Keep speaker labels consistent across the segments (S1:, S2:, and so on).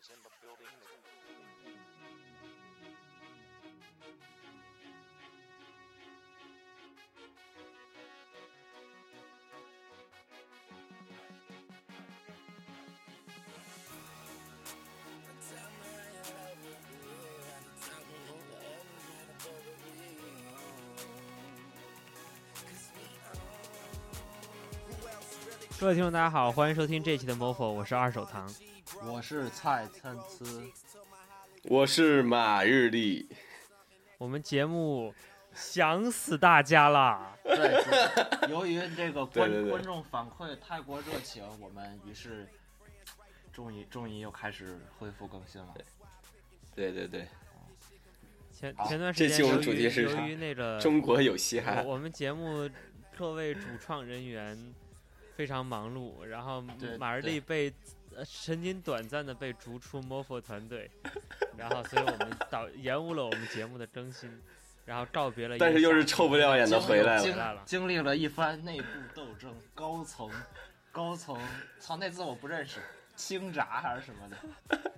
S1: is in the building.
S2: 各位听众，大家好，欢迎收听这一期的《某否》，我是二手糖。
S3: 我是蔡参差，
S4: 我是马日丽，
S2: 我们节目想死大家了，
S3: 对，主由于这个观
S4: 对对对
S3: 观众反馈太过热情，我们于是终于终于又开始恢复更 新了。
S4: 对对对，
S2: 前
S3: 好
S2: 前段时
S4: 这
S2: 间
S4: 期我
S2: 由
S4: 们
S2: 于
S4: 主题是
S2: 由
S4: 啥
S2: 于那个
S4: 中啊国有嘻
S2: 我
S4: 哈，
S2: 哎我们节目各位主创人员非常忙碌，然后
S3: 对
S2: 马尔利被呃曾经短暂的被逐出 MOFO 团 队，然后所以我们导延误了我们节目的更新，然后告别了一个夏
S4: 但
S2: 天。
S4: 是又是臭不要脸的回来
S3: 经
S4: 了
S2: 经。来了
S3: 经历了一番内部斗争，高层高层，操，那字我不认识，清闸还是什么的。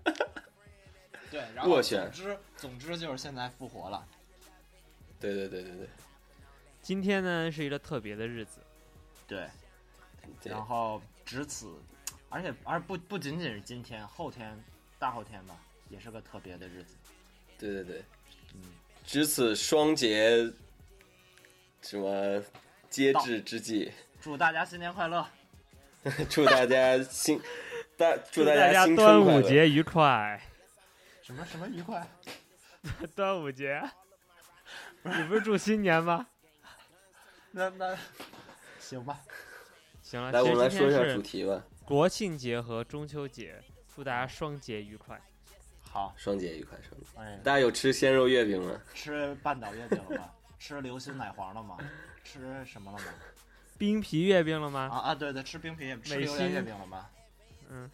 S3: 对，然后
S4: 斡旋
S3: 总之总之就是现在复活了，
S4: 对对对对对
S2: 今天呢是一个特别的日子，
S3: 对，
S4: 对
S3: 然，后值此，而且而不不仅仅是今天，后天大后天吧，也是个特别的日子。
S4: 对对对，
S3: 嗯，
S4: 值此双节什么节制之 际，
S3: 祝大家新年快乐！
S4: 祝大家新大祝大
S2: 家
S4: 新
S2: 端
S4: 春
S2: 午
S4: 快乐。
S2: 节愉快，
S3: 什么什么愉快？
S2: 端午节，你不是祝新年吗？
S3: 那那 行吧，
S2: 行了，
S4: 来，
S2: 其
S4: 我
S2: 实
S4: 们来
S2: 今
S4: 说一
S2: 天
S4: 下
S2: 是
S4: 主题吧，
S2: 国庆节和中秋节，祝大家双节愉快。
S3: 好，
S4: 双节愉快，双节。
S3: 哎，
S4: 大家有吃鲜肉月饼吗？
S3: 吃半岛月饼了吗？吃流心奶黄了吗？吃什么了吗？
S2: 冰皮月饼了吗？
S3: 啊啊，对对，吃冰皮月饼，吃
S2: 美
S3: 榴莲
S2: 心
S3: 月饼了吗？
S2: 嗯，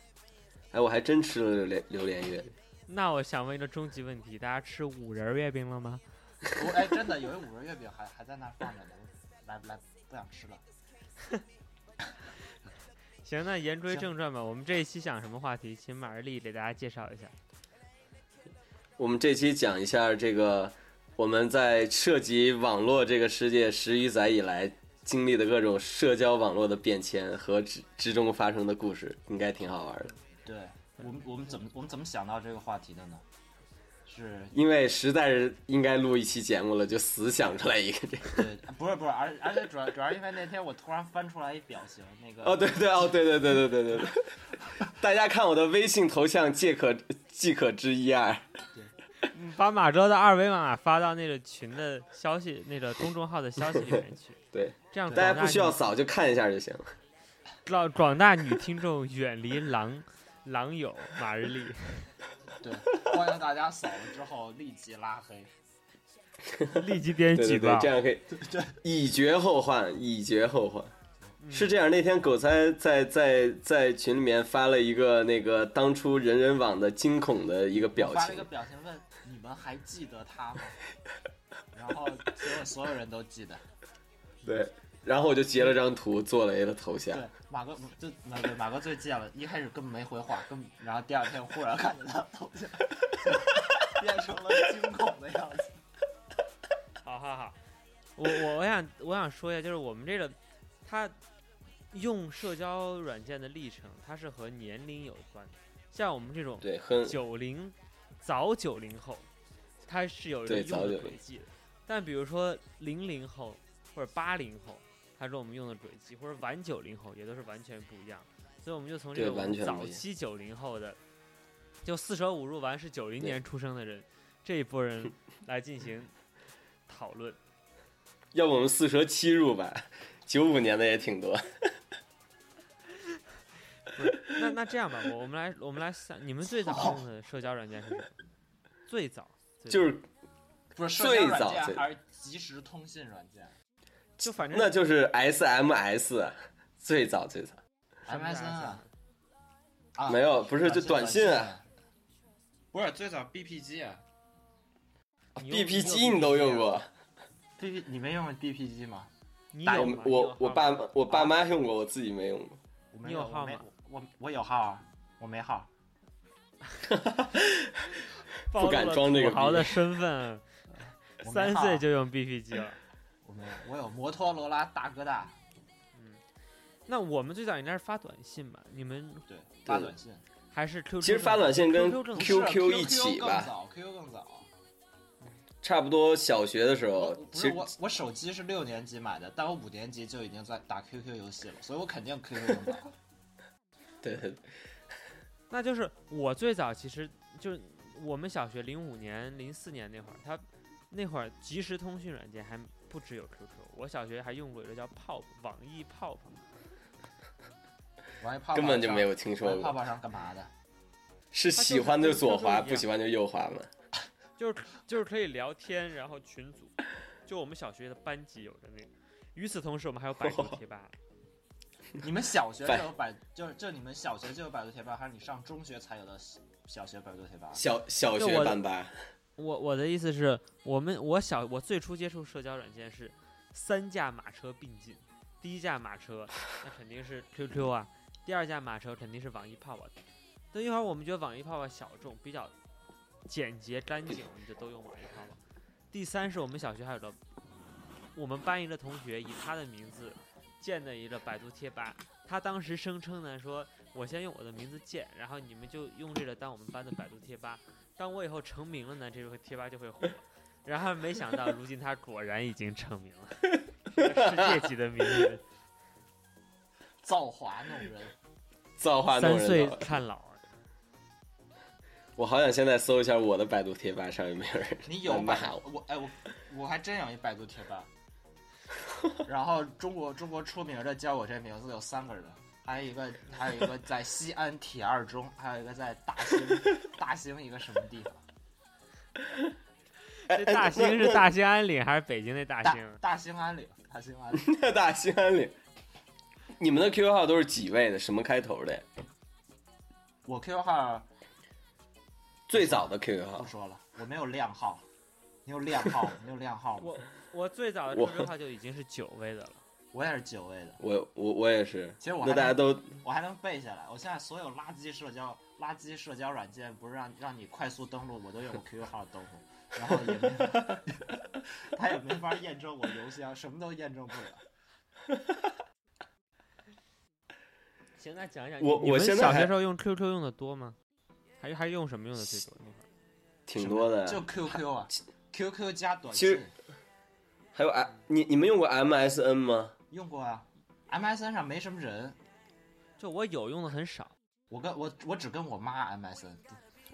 S4: 哎，我还真吃了榴莲榴莲月饼。
S2: 那我想问一个终极问题：大家吃五仁月饼了吗？
S3: 我哎，真的有一五仁月饼还还在那儿放着呢，我来来不想吃了。
S2: 行，那言归
S3: 行
S2: 正传吧。我们这一期想什么话题？请马日丽给大家介绍一下。
S4: 我们这期讲一下这个我们在涉及网络这个世界十余载以来经历的各种社交网络的变迁和之之中发生的故事，应该挺好玩的。
S3: 对我们我们怎么我们怎么想到这个话题的呢？是
S4: 因为实在是应该录一期节目了，就死想出来一个这个。
S3: 对，不是不是，而而且主要主要因为那天我突然翻出来一表情，那个
S4: 哦，对对哦，对对对对对对对， 大家看我的微信头像，即可即可知一二。
S2: 嗯把马哲的二维码发到那个群的消息、那个公众号的消息里面 去，
S4: 对，
S2: 这样
S4: 大家
S2: 广大
S4: 不需要
S2: 女
S4: 扫，就看一下就行了。
S2: 让广大女听众远离狼狼友马日 丽。
S3: 对，欢迎大家扫了之后立即拉黑。
S2: 立即编
S4: 对
S2: 辑
S4: 对对
S2: 吧，，
S4: 这样可以，以绝后患，以绝后患。是这样，那天狗才在在在群里面发了一个那个当初人人网的惊恐的一个表
S3: 我发了一
S4: 情
S3: 个，表情问你们还记得他吗？然后结果所有人都记得。
S4: 对，然后我就截了张图做了一个头像，
S3: 对，马哥就马哥马哥最贱了，一开始根本没回话，根本然后第二天忽然看见他头像，变成了惊恐的样子。
S2: 好好好，我我我想我想说一下，就是我们这个它用社交软件的历程，它是和年龄有关。像我们这种
S4: 对，很
S2: 九零早九零后，它是有一个
S4: 对
S2: 用
S4: 早
S2: 的
S4: 90
S2: 轨迹的。但比如说零零后或者八零后，它是我们用的轨迹，或者晚九零后也都是完全不一样。所以我们就从这
S4: 对
S2: 个我
S4: 完
S2: 们
S4: 全不一
S2: 早
S4: 样
S2: 期九零后的，就四舍五入完是九零
S4: 对
S2: 年出生的人，这一波人来进 行讨论。
S4: 要不我们四舍七入吧， 九五年的也挺多，
S2: 那那这样吧，我我们来我们来想，你们最早用的社交软件是什么？最早最早
S4: 就是
S3: 不是
S4: 社
S3: 社交
S4: 交软
S3: 软
S4: 件
S3: 件
S4: 最早还
S3: 还是即时通信软件
S2: 就反正
S4: 那就是 SMS 最早最早，
S2: 什么
S3: MSN 啊？啊，
S4: 没有不是就短信啊
S3: 啊，不是最早 BP 机啊
S2: 你用
S4: BP 机你都用过，
S3: ，BP 你没用过 BP 机吗？
S2: 你
S3: 打
S2: 有
S4: 我
S2: 吗
S4: 我我爸
S2: 你有号吗
S4: 妈我爸妈用过，我自己没用过。
S3: 我
S2: 你有号吗？
S3: 我没我我有号啊，我没号。
S2: 暴露
S4: 敢
S2: 了
S4: 装这个
S2: 土豪
S4: 逼
S2: 的身份，
S3: 我没
S2: 三
S3: 号
S2: 岁就用 BP 机了。
S3: 我没有，我有摩托罗拉大哥大，
S2: 那我们最早应该是发短信吧？你们
S3: 对，发短信。
S2: 还是 QQ？
S4: 其实发短信跟
S2: QQ 更
S4: Q-
S3: 不是
S4: QQ 一起吧
S3: 更早，QQ 更早。
S4: 差不多小学的时
S3: 我
S4: 候，
S3: 不
S4: 哦其
S3: 是
S4: 实
S3: 我，我手机是六年级买的，但我五年级就已经在打 QQ 游戏了，所以我肯定 QQ 更早。
S4: 对对
S2: 那就是我最早其实就是我们小学零五年、零四年那会儿，他那会儿即时通讯软件还不只有 QQ，我小学还用过一个叫泡泡网易泡泡，
S3: 我还泡泡
S4: 根本就
S3: 上
S4: 没有听说
S3: 我还泡
S4: 过，
S3: 泡上干嘛的？
S4: 是喜欢就左
S2: 它
S4: 滑，
S2: 就是跟 QQ 一样
S4: 不喜欢就右滑嘛。
S2: 就是就是可以聊天，然后群组，就我们小学的班级有的那个。与此同时，我们还有百 度贴吧。
S3: 你们小学就有百，就是就你们小学就有百度贴吧，还是你上中学才有的小小学百度贴吧？
S4: 小小
S2: 就我
S4: 学版吧，
S2: 我我的意思是，我们我小我最初接触社交软件是三驾马车并进，第一驾马车那肯定是 QQ 啊，第二驾马车肯定是网易泡泡。等一会儿我们觉得网易泡泡小众，比较简洁干净，我们就都用网易泡泡。第三是我们小学还有个，我们班一个同学以他的名字建的一个百度贴吧，他当时声称呢说，我先用我的名字建，然后你们就用这个当我们班的百度贴吧。当我以后成名了呢，这个贴吧就会火。然后没想到，如今他果然已经成名了，是个世界级的名 人，
S3: 造化弄人，
S4: 造化弄
S2: 三岁
S4: 人的。
S2: 看 老。啊
S4: 我好想现在搜一下我的百度贴吧上有没有人。
S3: 你有
S4: 骂
S3: 吧？
S4: 我
S3: 我哎我我还真有一百度贴吧， 然后中国中国出名的叫我这名字有三个人，还有一个还有一 个在西安铁二中，还有一个在大兴大兴一个什么地方？
S2: 这大兴是大兴安岭还是北京那大
S3: 大
S2: 兴啊？
S3: 大兴安岭，大兴安岭。
S4: 那大兴安岭，你们的 QQ 号都是几位的？什么开头的呀？
S3: 我 QQ 号
S4: 最早的 QQ
S3: 不
S4: 号，
S3: 说了，我没有靓号，你有靓号吗，你有靓 号吗？
S2: 我我最早的
S4: 我
S2: QQ 号就已经是九位的了。
S3: 我也是九位的，
S4: 我我我也是。
S3: 其实我还
S4: 那大家都
S3: 我还能背下来。我现在所有垃圾社交、垃圾社交软件，不是让让你快速登录，我都用我 QQ 号登录，然后也没法， 他也没法验证我邮箱，什么都验证不了。
S2: 行，那讲一讲
S4: 我
S2: 你
S4: 我
S2: 们
S4: 现在
S2: 小
S4: 还
S2: 学时候用 QQ 用的多吗？还还用什么用的最多？那会儿
S4: 挺多的呀。
S3: 就 QQ 啊，QQ 加短
S4: 其实
S3: 信
S4: 还有 M，你你们用过 MSN 吗？
S3: 用过啊。MSN 上没什么人，
S2: 就我有用的很少，
S3: 我跟我我只跟我妈 MSN，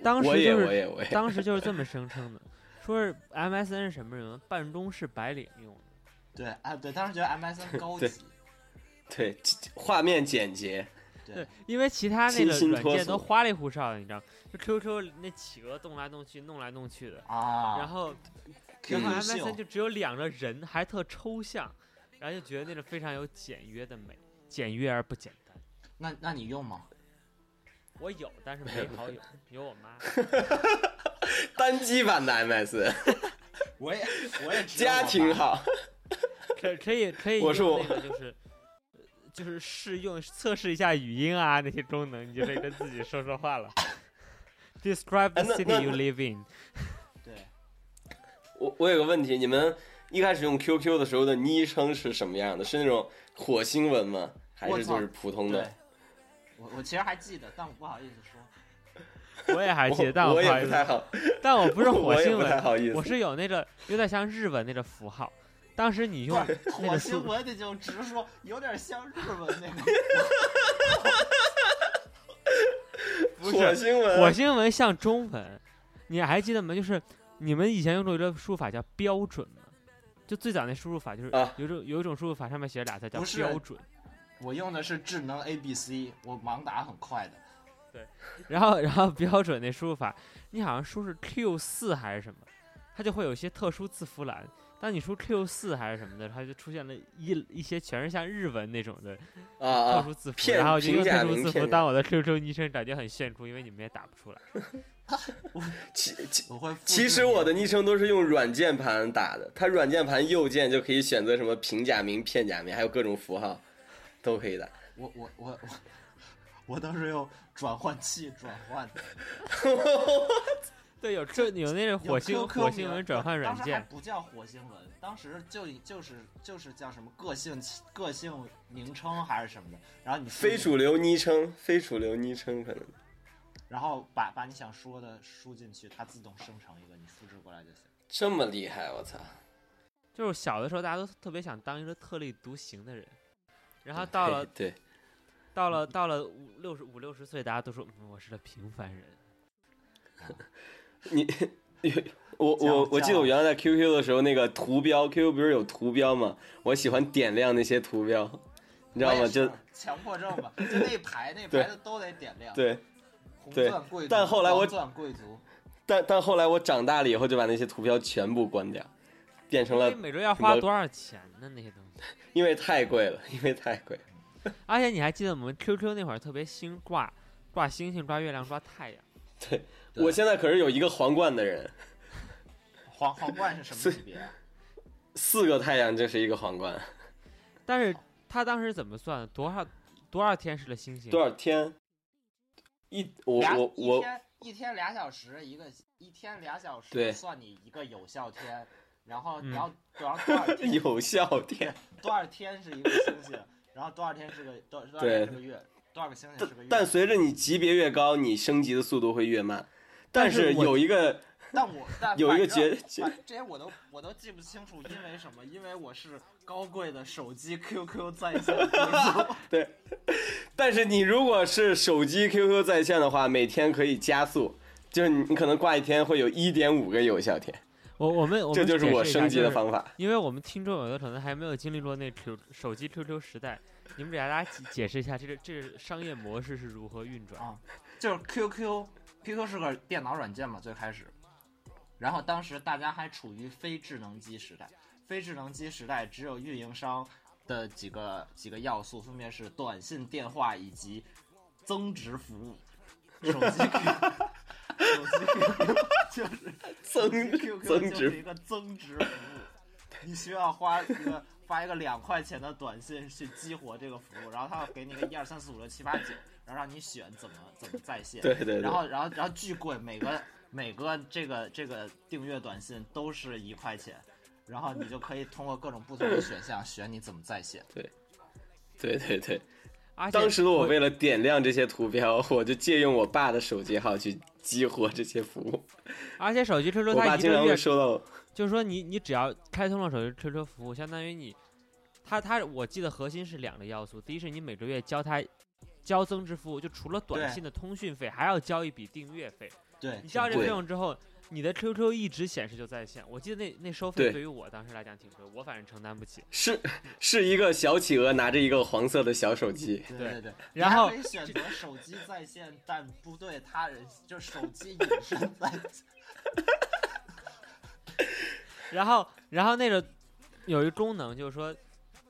S2: 当时
S4: 我也
S2: 就
S4: 我
S2: 是
S4: 也我也。
S2: 当时就是这么声称的，说是 MSN 是什么人？办公室白领用的。
S3: 对啊对，当时觉得 MSN 高级
S4: 对，对，画面简洁，
S2: 对
S3: 对，，
S2: 因为其他那
S4: 清
S2: 个
S4: 新
S2: 软
S4: 脱
S2: 件都
S4: 俗
S2: 花里胡哨的，你知道，就 QQ 那企鹅动来动去，弄来弄去的，
S3: 啊，
S2: 然后然后
S3: QQ 秀
S2: MSN 就只有两个人，还特抽象，然后就觉得那种非常有简约的美，简约而不简单。
S3: 那那你用吗？
S2: 我有，但是没好友，有我 妈。
S4: 单机版的 MS，
S3: 我也我也只有我
S4: 家庭
S3: 妈
S4: 号。
S2: 可可以可以
S4: 我是
S2: 用
S4: 我
S2: 那个就是呃就是试用测试一下语音啊那些功能，你就可以跟自己说说话 了。Describe
S4: 哎
S2: the
S4: 那那
S2: city you live in。
S3: 对，
S4: 我我有个问题，你们一开始用 QQ 的时候的昵称是什么样的？是那种火星文吗？还
S3: 我
S4: 是
S3: 操
S4: 就是普通
S3: 对
S4: 的？，
S3: 我我其实还记得，但我不好意思说。
S2: 我也还记得，但
S4: 我
S2: 不好
S4: 也
S2: 意
S4: 不太
S2: 思，
S4: 好，
S2: 但我不是火
S4: 我也
S2: 星
S4: 不
S2: 文
S4: 太，好意
S2: 我
S4: 思。
S2: 是有那个有点像日文那个符号，当时你用
S3: 不是
S2: 那
S3: 火
S2: 个
S3: 星
S2: 数，
S3: 文你就直说，有点像日文那个。
S2: 不是
S4: 火星文，
S2: 火星文像中文，你还记得吗？就是你们以前用过一个输入法叫标准吗？就最早那输入法就是
S4: 啊
S2: 有一种有一种输入法上面写着俩字叫
S3: 不是
S2: 标准，
S3: 我用的是智能 A B C，我盲打很快的。
S2: 然后然后标准那输入法，你好像输是 Q 四还是什么，它就会有一些特殊字符栏。当你输 Q 四还是什么的，它就出现了一一些全是像日文那种的
S4: 啊
S2: 特
S4: 啊，
S2: 殊字符，
S4: 骗
S2: 然后就用
S4: 平假
S2: 特殊
S4: 名
S2: 字
S4: 骗
S2: 符
S4: 人
S2: 当我的 QQ 昵称，感觉很炫酷，因为你们也打不出来。
S4: 其其
S3: 我会复制你。
S4: 其实我的昵称都是用软键盘打的，它软键盘右键就可以选择什么平假名、片假名，还有各种符号，都可以打。
S3: 我我我我我都是用转换器转换的。
S2: 对，有这有那个火星
S3: 有 QQ
S2: 火星文
S3: 名
S2: 转换软
S3: 当时还
S2: 件，
S3: 不叫火星文，当时就以就是就是叫什么个性个性名称还是什么的，然后你输
S4: 非
S3: 进
S4: 主流昵称，非主流�ی称可能。
S3: 然后把把你想说的输进去，它自动生成一个，你复制过来就行。
S4: 这么厉害，我操！
S2: 就是小的时候大家都特别想当一个特立独行的人，然后到 了
S4: 对，
S2: 到了到了五六十五六十岁，大家都说、嗯、我是个平凡人。
S4: 我我
S3: 讲
S4: 我记得我原来在 QQ 的时候，那个图标，QQ 不是有图标吗？我喜欢点亮那些图标，你知道
S3: 我
S4: 吗？
S3: 也是啊
S4: 就
S3: 强迫症 吧，就那一排那一排的都得点亮。，
S4: 对，
S3: 红
S4: 对
S3: 钻贵族，
S4: 但后来我
S3: 黄钻贵族，
S4: 但但后来我长大了以后，就把那些图标全部关掉，变成
S2: 因
S4: 了
S2: 为，每周要花多少钱呢？那些东西，
S4: 因为太贵了，因为太贵。
S2: 而且你还记得我们 QQ 那会儿特别兴挂挂星星、挂月亮、挂太阳，
S3: 对啊
S4: 我现在可是有一个皇冠的人，
S3: 皇皇冠是什么级别啊？
S4: 四个太阳就是一个皇冠，
S2: 但是他当时怎么算的？多少多少天是个星星？
S4: 多少天？一我
S3: 嗯俩
S4: 我
S3: 一
S4: 我，
S3: 天一天俩小时，一个一天俩小
S4: 对
S3: 时，算你一个有效天。然后
S2: 嗯
S3: 你要多少多少天？
S4: 有效天，
S3: 多少天是一个星星？然后多少天是个多多少天是个月？多少个星星
S4: 但
S3: 是个月？
S4: 但随着你级别越高，你升级的速度会越慢。但
S2: 但是
S4: 是
S2: 我
S4: 有一个
S3: 但我但
S4: 有一个
S3: 反正
S4: 结结
S3: 反这些我都我都记不清楚，因为什么？因为我是高贵的手机 QQ 在线贵族
S4: 但是你如果是手机 QQ 在线的话，每天可以加速，就是你你可能挂一天会有一点五个有效天，
S2: 我我们我们
S4: 这就是我
S2: 解释一下
S4: 升级的
S2: 就是
S4: 方法。
S2: 因为我们听众有的可能还没有经历过那 Q 手机 QQ 时代，你们给大家解解释一下这个这个商业模式是如何运转？
S3: 啊就是 QQ QQ 是个电脑软件嘛，最开始，然后当时大家还处于非智能机时代，非智能机时代只有运营商的几个几个要素，分别是短信、电话以及增值服务。手机 Q，手机 QQ 就是 QQ
S4: 增增
S3: 就是
S4: 值
S3: 一个增值服务，你需要花一 个发一个两块钱的短信去激活这个服务，然后他要给你个一二三四五六七八九，然后让你选怎么怎么在线。
S4: 对对对
S3: 然后然后然后巨贵，每个每个这个这个订阅短信都是一块钱，然后你就可以通过各种不同的选项选你怎么在线。
S4: 对对对，
S2: 而且
S4: 当时的我为了点亮这些图标，我就借用我爸的手机号去激活这些服务。
S2: 而且手机 QQ
S4: 我
S2: 它
S4: 爸
S2: 一
S4: 经
S2: 个
S4: 常
S2: 月
S4: 会收到我，
S2: 就是说你你只要开通了手机 QQ 服务，相当于你，它它我记得核心是两个要素，第一是你每个月交它交增值服务，就除了短
S3: 对
S2: 信的通讯费，还要交一笔订阅费。
S3: 对，
S2: 你交这
S4: 贵
S2: 费
S4: 的
S2: 用之后，你的 QQ 一直显示就在线。我记得那那收费
S4: 对
S2: 对于我当时来讲挺贵，我反正承担不起。
S4: 是是一个小企鹅拿着一个黄色的小手机，
S3: 对
S2: 对
S3: 对对，
S2: 然后
S3: 你还可以选择手机在线，但不对他人，就手机隐身 在线。
S2: 然后然后那个有一功能就是说，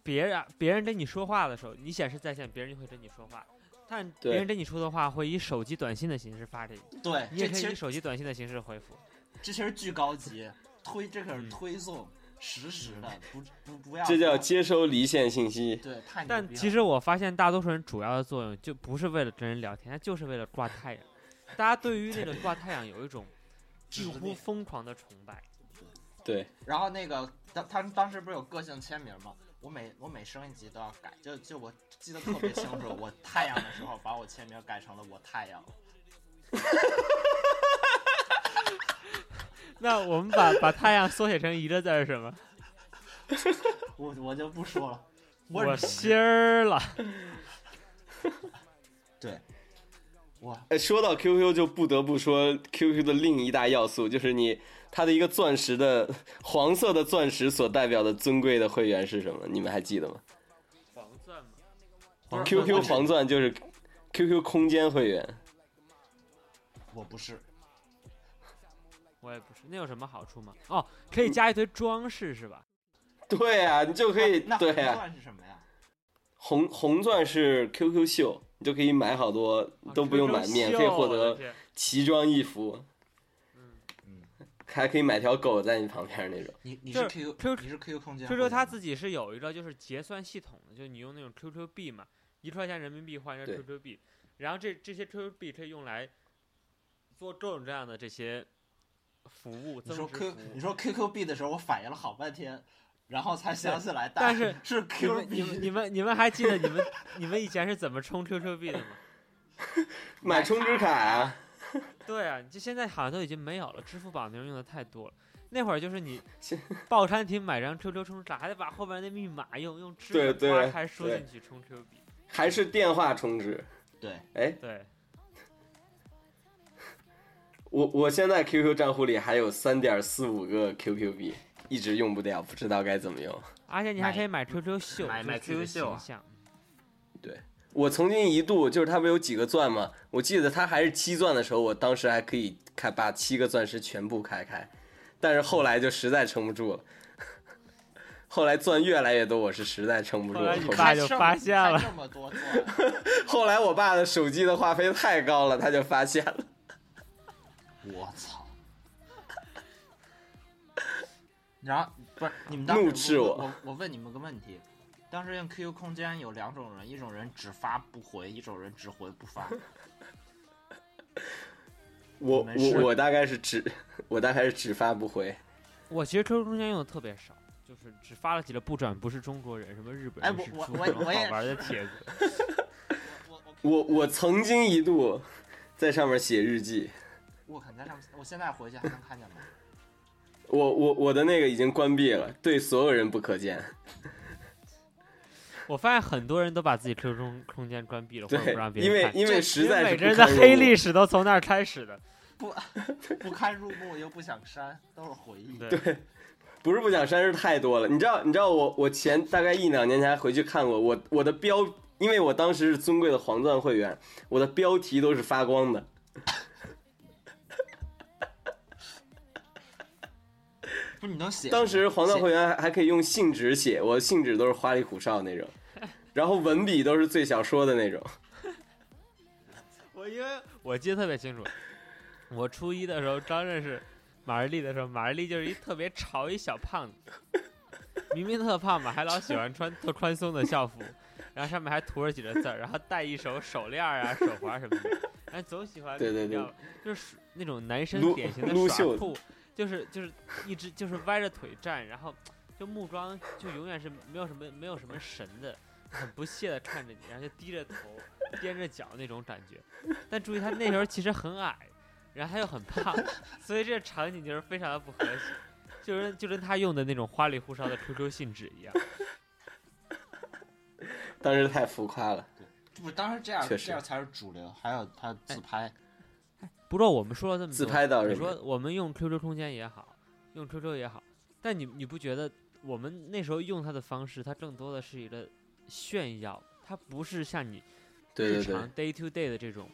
S2: 别人别人跟你说话的时候，你显示在线，别人就会跟你说话。但别
S4: 对
S2: 人跟你说的话会以手机短信的形式发给你，
S3: 对，
S2: 你
S3: 这
S2: 也可
S3: 其
S2: 以以
S3: 实
S2: 手机短信的形式回复。
S3: 这其实巨高级，推这可是
S2: 嗯
S3: 推送，实时的，不不不要。
S4: 这叫接收离线信息。
S3: 对，太牛逼
S2: 但
S3: 了
S2: 其实我发现，大多数人主要的作用就不是为了跟人聊天，他就是为了挂太阳。大家对于那个挂太阳有一种近乎疯狂的崇拜。
S4: 对，
S3: 然后那个当他们当时不是有个性签名吗？我每我每升一级都要改，就就我记得特别清楚，我太阳的时候把我签名改成了我太阳。
S2: 那我们把把太阳缩写成一个字儿是什么？
S3: 我我就不说了，
S2: 我
S3: 忍
S2: 心儿了。
S3: 对，我
S4: 哎，说到 QQ 就不得不说 QQ 的另一大要素就是你它的一个钻石的 黄色的钻石所代表的尊贵的会员是什么？你们还记得吗
S2: 黄钻嘛
S3: 黄
S4: ？QQ
S3: 我
S4: 黄钻就是 QQ 空间会员，
S3: 我不是，
S2: 我也不是，那有什么好处吗？哦，可以加一堆装饰是 吧？
S4: 对啊，你就可以
S3: 那那
S4: 对
S3: 红
S4: 啊，
S3: 钻是什么呀？
S4: 红红钻是 QQ 秀，你就可以买好多
S2: 啊
S4: 都不用买，
S2: 这种
S4: 免费
S2: 秀
S4: 获
S2: 我的
S4: 得
S2: 天
S4: 奇装异服，
S2: 嗯
S4: 还可以买条狗在你旁边那种。
S3: 你你
S2: 就是是
S3: QQ
S2: QQ
S3: 你是 QQ 空间会员吗？
S2: QQ 它自己是有一个就是结算系统的，就是你用那种 QQ 币嘛，一块钱人民币换一个
S4: 对
S2: QQ 币，然后这这些 QQ 币可以用来做各种各样的这些服务，
S3: 你
S2: 增值
S3: 说
S2: 服
S3: Q
S2: 务
S3: 你。说 QQ 币的时候，我反应了好半天，然后才想起来，
S2: 但
S3: 是
S2: 是
S3: 是
S2: 你
S3: Q
S2: 们你们你们你们还记得你们你们以前是怎么充 QQ 币的吗？
S4: 买充值卡啊，
S2: 对啊，就现在好像都已经没有了，支付宝那种用的太多了。那会儿就是 你
S4: 现
S2: 报餐厅买张 QQ 充值卡，还得把后边那密码用用支
S4: 对
S2: 付宝
S4: 对
S2: 开输
S4: 对
S2: 进去充 Q 币。
S4: 还是电话充值。
S3: 对，
S4: 哎，
S2: 对，
S4: 我我现在 QQ 账户里还有三点四五个 QQ 币，一直用不掉，不知道该怎么用。
S2: 而且你还
S3: 买
S2: 可以买 QQ 秀，
S3: 买
S2: 就
S3: 买
S2: 是自己的
S3: QQ 秀啊
S2: 形象
S4: 我曾经一度就是它不有几个钻吗？我记得它还是七钻的时候，我当时还可以开把七个钻石全部开开，但是后来就实在撑不住了。后来钻越来越多，我是实在撑不住
S2: 后来
S4: 了。
S2: 你
S4: 后来
S2: 爸就发现了
S3: 开这么多钻，
S4: 后来我爸的手机的话费太高了，他就发现了。
S3: 我操！ 然后不是你们当
S4: 怒斥
S3: 我
S4: 我
S3: 我我问你们个问题，当时用 QQ 空间有两种人，一种人只发不回，一种人只回不发。
S4: 我
S3: 没
S4: 我
S3: 事
S4: 我大概是只我大概是只发不回。
S2: 我其实 QQ 空间用的特别少，就是只发了几个不转不是中国人，什么日本
S3: 哎
S2: 人
S3: 我
S2: 是猪
S3: 我我
S2: 什么
S3: 我也
S2: 好玩的帖 子。
S3: 我我
S4: 我我曾经一度在上面写日记，
S3: 我肯在上面，我现在回去还能看见吗？
S4: 我我我的那个已经关闭了，对所有人不可见。
S2: 我发现很多人都把自己 QQ 空空间关闭了，或者
S4: 对
S2: 不让，别
S4: 因
S2: 人
S4: 为
S2: 看。
S4: 因为
S3: 这
S4: 实在是
S2: 每
S4: 不
S2: 个人的
S4: 堪入
S2: 黑
S4: 目
S2: 历史都从那儿开始的。
S3: 不堪入目又不想删，都是回忆。
S2: 对，
S4: 不是不想删，是太多了。你知道，你知道我我前大概一两年前回去看过，我我的标，因为我当时是尊贵的黄钻会员，我的标题都是发光的。
S3: 不是你能写什么？
S4: 当时黄钻会员还还可以用信纸写，我的信纸都是花里胡哨 那种，然后文笔都是最小说的那种。
S2: 我因为我记得特别清楚，我初一的时候刚认识马尔丽的时候，马尔丽就是一特别潮一小胖子，明明特胖嘛，还老喜欢穿特宽松的校服，然后上面还涂着几个字儿，然后戴一手手链儿啊、手环什么的，然后总喜欢
S4: 对对对
S2: 要，就是那种男生
S4: 撸
S2: 典型的
S4: 撸
S2: 耍
S4: 袖子
S2: 酷，就是就是一直就是歪着腿站，然后就目光就永远是没有什么没有什么神的，很不屑的看着你，然后就低着头、踮着脚那种感觉。但注意，他那时候其实很矮，然后他又很胖，所以这个场景就是非常的不和谐，就跟就跟他用的那种花里胡哨的 QQ 信纸一样。
S4: 当时太浮夸了。
S3: 不是当时这样，
S4: 确实
S3: 这样才是主流。还有还有自拍，
S2: 不过我们说了这么
S4: 自
S2: 多，
S4: 拍倒
S2: 你
S4: 是没有
S2: 说我们用 QQ 空间也好，用 QQ 也好，但你你不觉得我们那时候用它的方式，它更多的是一个炫耀，它不是像你
S4: 对
S2: 日
S4: 对对
S2: 常 day to day 的这种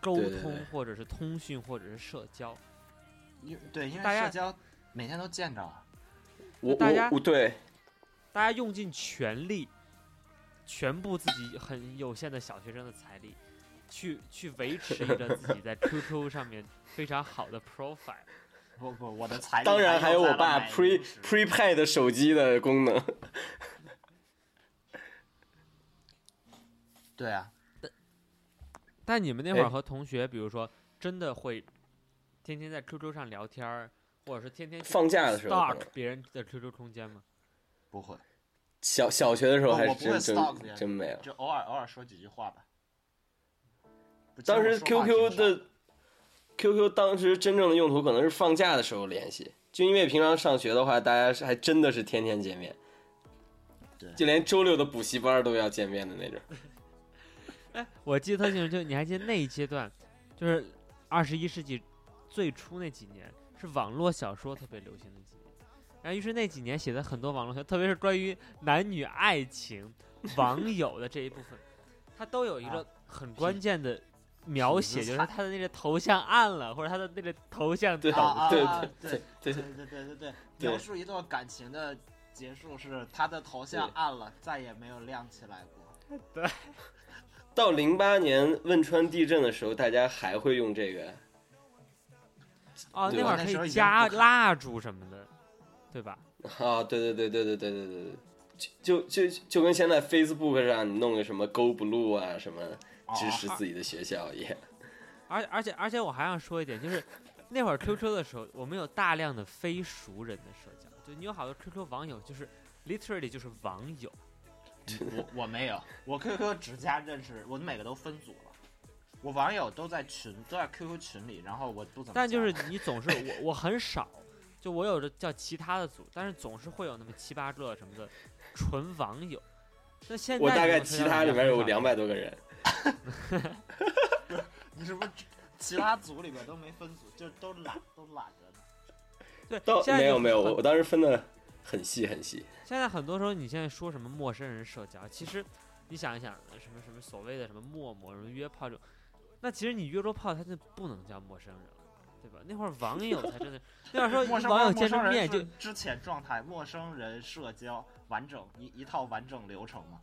S2: 沟
S4: 对对
S2: 通
S4: 对
S2: 或者是通讯或者是社交。
S3: 因对，因为
S2: 大家
S3: 社交每天都见着啊。
S4: 我
S2: 大家
S4: 我我对
S2: 大家用尽全力，全部自己很有限的小学生的财力，去去维持一个自己在 QQ 上面非常好的 profile。
S3: 不不，我的财力
S4: 当然还有
S3: 用在了
S4: 我爸
S3: 买
S4: pre
S3: 零食
S4: prepaid 手机的功能。
S3: 对啊，
S2: 但你们那会儿
S4: 哎
S2: 和同学，比如说真的会天天在 QQ 上聊天儿，或者是天天去
S4: 放假的时候可
S2: stalk
S4: 能，
S2: 别人的 QQ 空间吗？
S3: 不会，
S4: 小小学的时候
S3: 我
S4: 还
S3: 我
S4: 是
S3: 不会
S4: 真
S3: stalk 别
S4: 真
S3: 人
S4: 真没有。
S3: 就偶尔偶尔说几句话吧。不
S4: 当时
S3: 其实我说话
S4: QQ
S3: 挺少
S4: 的 QQ 当时真正的用途可能是放假的时候联系，就因为平常上学的话，大家是还真的是天天见面
S3: 对，
S4: 就连周六的补习班都要见面的那种。
S2: 哎，我记得特清楚，就你还记得那一阶段，就是二十一世纪最初那几年，是网络小说特别流行的几年。然后，于是那几年写的很多网络小说，特别是关于男女爱情、 网友的这一部分，它都有一个
S3: 啊
S2: 很关键的描
S3: 痞子
S2: 写，就是
S3: 菜
S2: 他的那个头像暗了，或者他的那个头像
S4: 对
S2: 抖
S3: 啊啊
S4: 对
S3: 啊
S4: 对
S3: 对
S4: 对
S3: 对对对对对，描述一段感情的结束是他的头像
S4: 对
S3: 暗了，再也没有亮起来过。
S4: 到零八年汶川地震的时候，大家还会用这个，
S2: 哦，
S4: 对
S2: 那会
S4: 吧
S2: 儿
S3: 那
S2: 可
S3: 时候已
S2: 以
S3: 经
S2: 加
S3: 不可
S2: 蜡烛什么的，对吧？
S4: 啊，对对对对对对对对对，就就就就跟现在 Facebook 上你弄个什么 Go Blue 啊什么支持自己的学校也。
S2: 而而且而且我还想说一点，就是那 会儿 QQ 的时候，我们有大量的非熟人的社交，就你有好多 QQ 网友，就是 literally 就是网友。
S3: 哦我我没有，我 QQ 只加认识，我每个都分组了，我网友都在群都在 QQ 群里，然后我不怎么加。
S2: 但就是你总是我我很少，就我有着叫其他的组，但是总是会有那么七八个什么的纯网友。那现在
S4: 我大概
S2: 这种
S4: 其
S2: 社交
S4: 他里
S2: 软件
S4: 面有
S2: 很少
S4: 两百多个人，
S3: 你是不是其他组里边都没分组，就都懒都懒着呢？
S2: 对，
S4: 到
S2: 现在
S4: 没有
S2: 就是
S4: 没有，
S2: 很
S4: 我我当时分的很细很细。
S2: 现在很多时候，你现在说什么陌生人社交，其实你想一想，什么什么所谓的什么陌陌、什么约炮这种，那其实你约着炮，他就不能叫陌生人了，对吧？那会儿网友才真的， 那会儿
S3: 陌
S2: 啊说
S3: 生
S2: 网友
S3: 陌
S2: 见
S3: 生
S2: 着面
S3: 人
S2: 就是
S3: 之前状态，陌生人社交完整一一套完整流程嘛。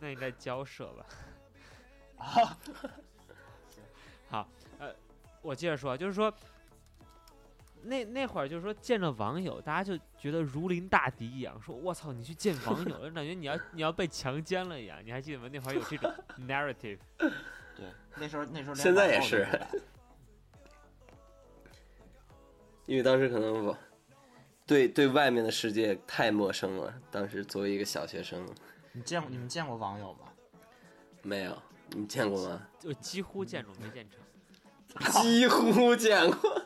S2: 那应该交涉吧。
S3: 啊，
S2: 我接着说，啊就是说，那那会儿就是说见着网友，大家就觉得如临大敌一样，说我操，你去见网友了， 感觉你要你要被强奸了一样。你还记得吗？那会儿有这种 narrative。
S3: 对，那时候那时候连
S4: 现在也
S3: 网购都
S4: 是
S3: 没有
S4: 因为当时可能我对对外面的世界太陌生了，当时作为一个小学生，
S3: 你见过你们见过网友吗？
S4: 没有你见过吗？
S2: 就几乎
S4: 嗯
S2: 见着没见成，
S4: 几乎见过，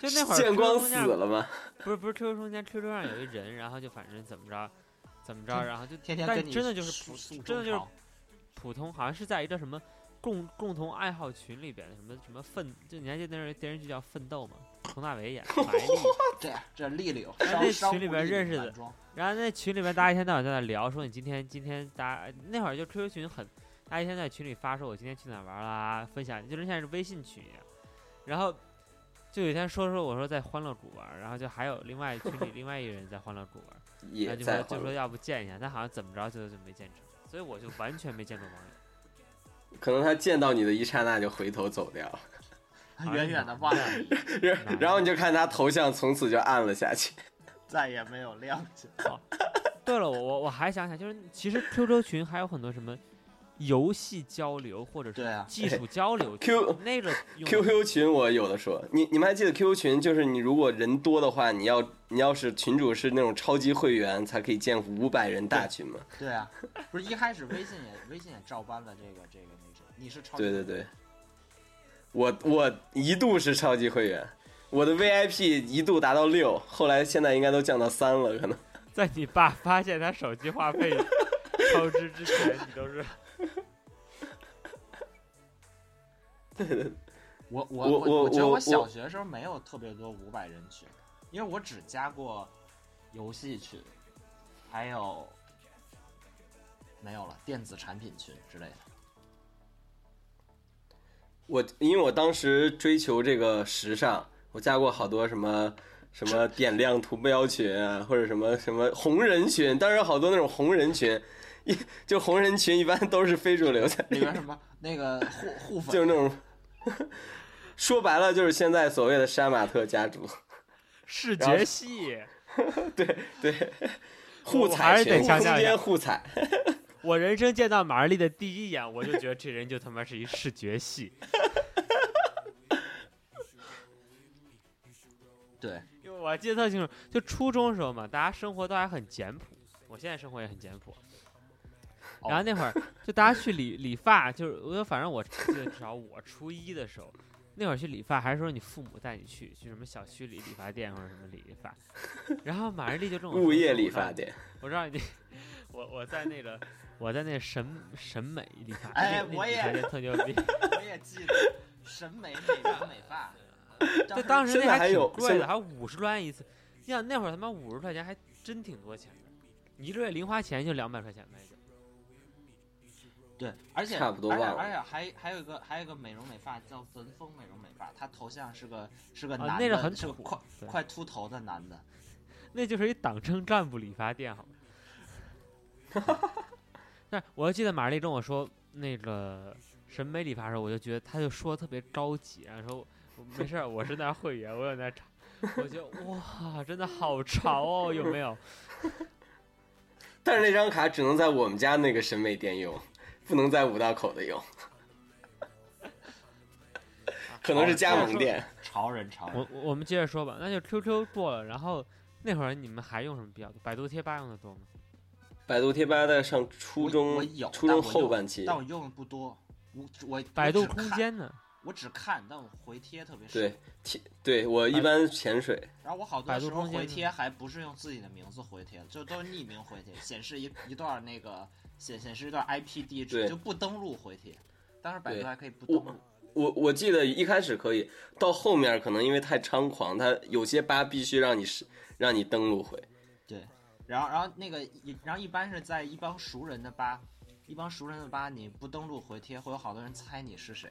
S2: 就那会儿
S4: 见
S2: 初
S4: 光
S2: 中
S4: 死
S2: 那样
S4: 了吗？
S2: 不是不是 QQ 空间，QQ 上有一人，然后就反正怎么着，怎么着，
S3: 真
S2: 然后就
S3: 天天
S2: 但
S3: 跟你
S2: 真的就是
S3: 诉
S2: 普真
S3: 诉
S2: 的就
S3: 衷
S2: 是
S3: 肠
S2: 普通，好像是在一个什么共共同爱好群里边的什么什么奋，就你还记得那个电视剧叫《奋斗》吗？佟大为演的， 白丽
S3: 对，啊这立柳
S2: 哎
S3: 商
S2: 那
S3: 商
S2: 群里
S3: 务
S2: 边
S3: 立
S2: 认
S3: 领
S2: 识
S3: 男
S2: 的
S3: 装
S2: 然后那群里边大家一天到晚在那聊，说你今天今天大家那会儿就 QQ 群很，大家一天在群里发说我今天去哪儿玩啦，分享就跟现在是微信群一样。然后就有一天说说我说在欢乐谷玩儿，然后就还有另外群里另外一人在欢乐谷玩儿，
S4: 也
S2: 那就
S4: 在
S2: 说
S4: 华
S2: 就说
S4: 为，
S2: 要不见一下，但好像怎么着最后就没见成，所以我就完全没见过网友。
S4: 可能他见到你的一刹那就回头走掉了，
S2: 哎
S3: 远远的望着你，
S2: 啊
S4: 然然后你就看他头像从此就暗了下去。
S3: 再也没有亮起。
S2: 对了，我我我还想想，就是其实 QQ 群还有很多什么游戏交流或者
S3: 对
S2: 是
S3: 啊
S2: 技术交流
S4: Q
S2: 那个用
S4: QQ 群我有的说，你你们还记得 QQ 群？就是你如果人多的话，你要你要是群主是那种超级会员，才可以建五百人大群嘛。
S3: 对啊，不是一开始微信也微信也照搬了这个这个那种，你是超级
S4: 对对对，我我一度是超级会员，我的 VIP 一度达到六，后来现在应该都降到三了，可能。
S2: 在你爸发现他手机话费超支之前，你都 是
S3: 我
S4: 我
S3: 我
S4: 我
S3: 我觉得
S4: 我
S3: 我小学时候没有特别多五百人群，因为我只加过游戏群，还有没有了电子产品群之类的。
S4: 我因为我当时追求这个时尚，我加过好多什么什么点亮图标群啊，或者什么什么红人群，当然好多那种红人群，一就红人群一般都是非主流在
S3: 里边什么那 个互互
S4: 就
S3: 粉，
S4: 是那种， 说白了就是现在所谓的杀马特 家族，
S2: 视
S4: 然后
S2: 觉系。
S4: 对，
S2: 我还
S4: 互踩
S2: 是得
S4: 群，
S2: 强
S4: 空
S2: 调一下
S4: 间互踩，
S2: 我人生见到马尔丽的第一眼，我就觉得这人就他妈是一视觉系。
S3: 对，
S2: 因为我记得特清楚，就初中时候嘛，大家生活都还很简朴，我现在生活也很简朴。
S3: 哦
S2: 然后那会儿就大家去理理发，就是我反正我记得至少我初一的时候，那会儿去理发还是说你父母带你去去什么小区里理发店或者什么理理发，然后马日丽就这种
S4: 物业理发，店，
S2: 我让你，我我在那个我在那审审美理发，
S3: 哎
S2: 那那
S3: 我
S2: 理
S3: 也
S2: 发店特牛逼，
S3: 我也记得审美美容美发，
S2: 就当时
S4: 现
S2: 那
S4: 在还
S2: 挺
S4: 有
S2: 贵
S4: 现
S2: 的，
S4: 在
S2: 还五十块钱一次。你想那会儿他妈五十块钱还真挺多钱的，你一个月零花钱就两百块钱呗。
S3: 对，而且
S4: 差不多
S3: 而且
S4: 忘了
S3: 而且还还有一个还有一个美容美发叫文峰美容美发，他头像是个是个
S2: 啊
S3: 男，的，
S2: 那个很
S3: 是个
S2: 土
S3: 快
S2: 对
S3: 快秃头的男的，
S2: 那就是一党政干部理发店，好吗？ 但我就记得马丽跟我说那个审美理发的时候，我就觉得他就说得特别高级，然后说我没事儿，我是那会员，我有那潮，我觉得哇，真的好潮哦，有没有？
S4: 但是那张卡只能在我们家那个审美店用，不能在五道口的用，可能是加盟店。
S3: 潮人潮人
S2: 我我们接着说吧，那就 QQ 做了，然后那会儿你们还用什么比较多？百度贴吧用的多吗？
S4: 百度贴吧在上初
S3: 我
S4: 中
S3: 我有，
S4: 初
S3: 但
S4: 中
S3: 我
S4: 后
S3: 用
S4: 半期
S3: 但，我用的不多。我我
S2: 百度
S3: 我只
S2: 空
S3: 看
S2: 间呢？
S3: 我只看，但我回贴特别少。
S4: 对，贴对我一般潜水，
S3: 然后我好
S2: 百
S3: 多
S2: 度
S3: 时候
S2: 空间
S3: 回
S2: 呢
S3: 贴还不是用自己的名字回贴，就都是匿名回贴，显示一一段那个显显示一段 IP 地址，
S4: 对
S3: 就不登录回贴。当时百
S4: 对
S3: 度还可以不登录，
S4: 我我记得一开始可以，到后面可能因为太猖狂，它有些吧必须让你是让你登录回。
S3: 对。然后然后那个然后一般是在一帮熟人的吧，一帮熟人的吧，你不登录回贴，会有好多人猜你是谁。